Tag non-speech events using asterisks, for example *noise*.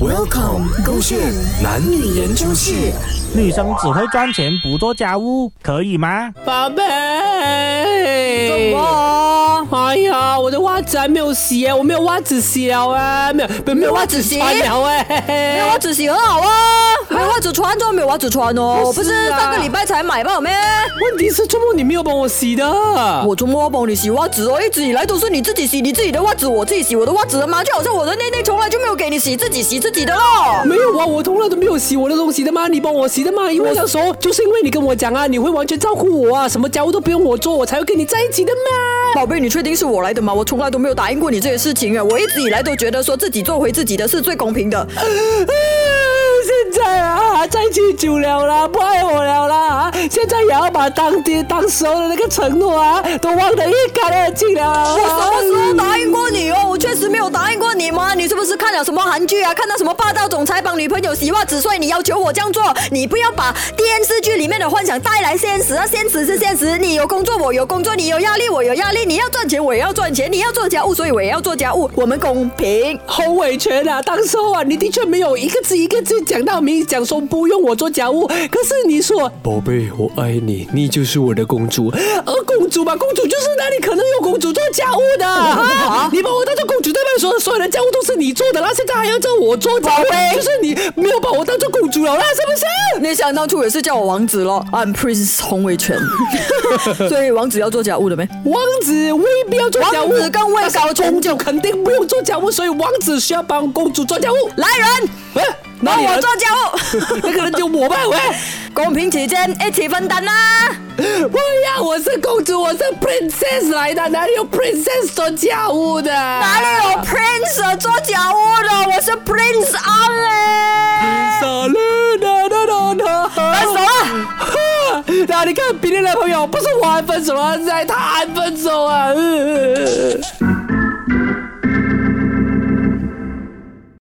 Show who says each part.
Speaker 1: Welcome，勾线男女研究室。
Speaker 2: 女生只会赚钱不做家务，可以吗？
Speaker 3: 宝贝，
Speaker 4: 怎么？
Speaker 3: 哎呀，我的袜子还没有洗耶，我没有袜子洗了啊，没有没有袜子穿了
Speaker 4: 没
Speaker 3: 哎，
Speaker 4: 有袜子洗很好啊，没有袜子穿就没有袜子穿哦。
Speaker 3: 不
Speaker 4: 我不
Speaker 3: 是啊
Speaker 4: 是啊上个礼拜才买吧，咩？
Speaker 3: 问题是周末你没有帮我洗的，
Speaker 4: 我周末帮你洗袜子哦，一直以来都是你自己洗你自己的袜子，我自己洗我的袜子的嘛，就好像我的内内从来就没有给你洗自己洗自己的咯。
Speaker 3: 没有啊，我从来都没有洗我的东西的嘛，你帮我洗的嘛，因为那时候就是因为你跟我讲啊，你会完全照顾我啊，什么家务都不用我做，我才会跟你在一起的嘛。
Speaker 4: 宝贝，你确定是我来的吗？我从来都没有答应过你这些事情啊！我一直以来都觉得说自己做回自己的是最公平的。
Speaker 3: 啊 *laughs* 现在啊，在一起久了啦，不爱我了啦，啊现在也要把当爹当时候的那个承诺啊，都忘得一干二净了啊。
Speaker 4: 我什么时候答应过你哦？我确实没有答应过你吗？你是不是看了什么韩剧啊？看到什么霸道总裁帮女朋友洗袜子，所以你要求我这样做？你不要把电视剧里面的幻想带来现实啊！现实是现实，你有工作我有工作，你有压力我有压力，你要赚钱我也要赚钱，你要做家务所以我也要做家务，我们公平。 *laughs*
Speaker 3: 侯伟全啊，当时候啊，你的确没有一个字一个字讲到明，讲说不用我做家务，可是你说宝贝，我爱你，你就是我的公主，而呃公主嘛，公主就是哪里可能有公主做家务的啊？你把我当做公主，代表说所有的家务都是你做的啦，现在还要叫我做家务，就是你没有把我当做公主了啦，是不是？
Speaker 4: 你想当初也是叫我王子咯，I'm Prince 洪伟全，所以王子要做家务的没？
Speaker 3: 王子未必要做家务，
Speaker 4: 王子更位高权
Speaker 3: 公主肯定不用做家务，所以王子需要帮公主做家务。
Speaker 4: 来人，
Speaker 3: 哎，哪
Speaker 4: 帮
Speaker 3: 里
Speaker 4: 我
Speaker 3: 人
Speaker 4: 做家
Speaker 3: *laughs*
Speaker 4: 务，*laughs*
Speaker 3: 那个人就我吧，喂！
Speaker 4: 公平起见，一起分担啦、
Speaker 3: 不要，我是公主，我是 princess 来的，哪里有 princess 做家务的？哪
Speaker 4: 哪里有 Prince 啊做家务的？我是 Prince 欸安嘞。
Speaker 3: 傻了？哒哒哒哒！
Speaker 4: 分手了，
Speaker 3: 那你看别的男朋友不是我还分手了，是在他还分手啊！嗯嗯嗯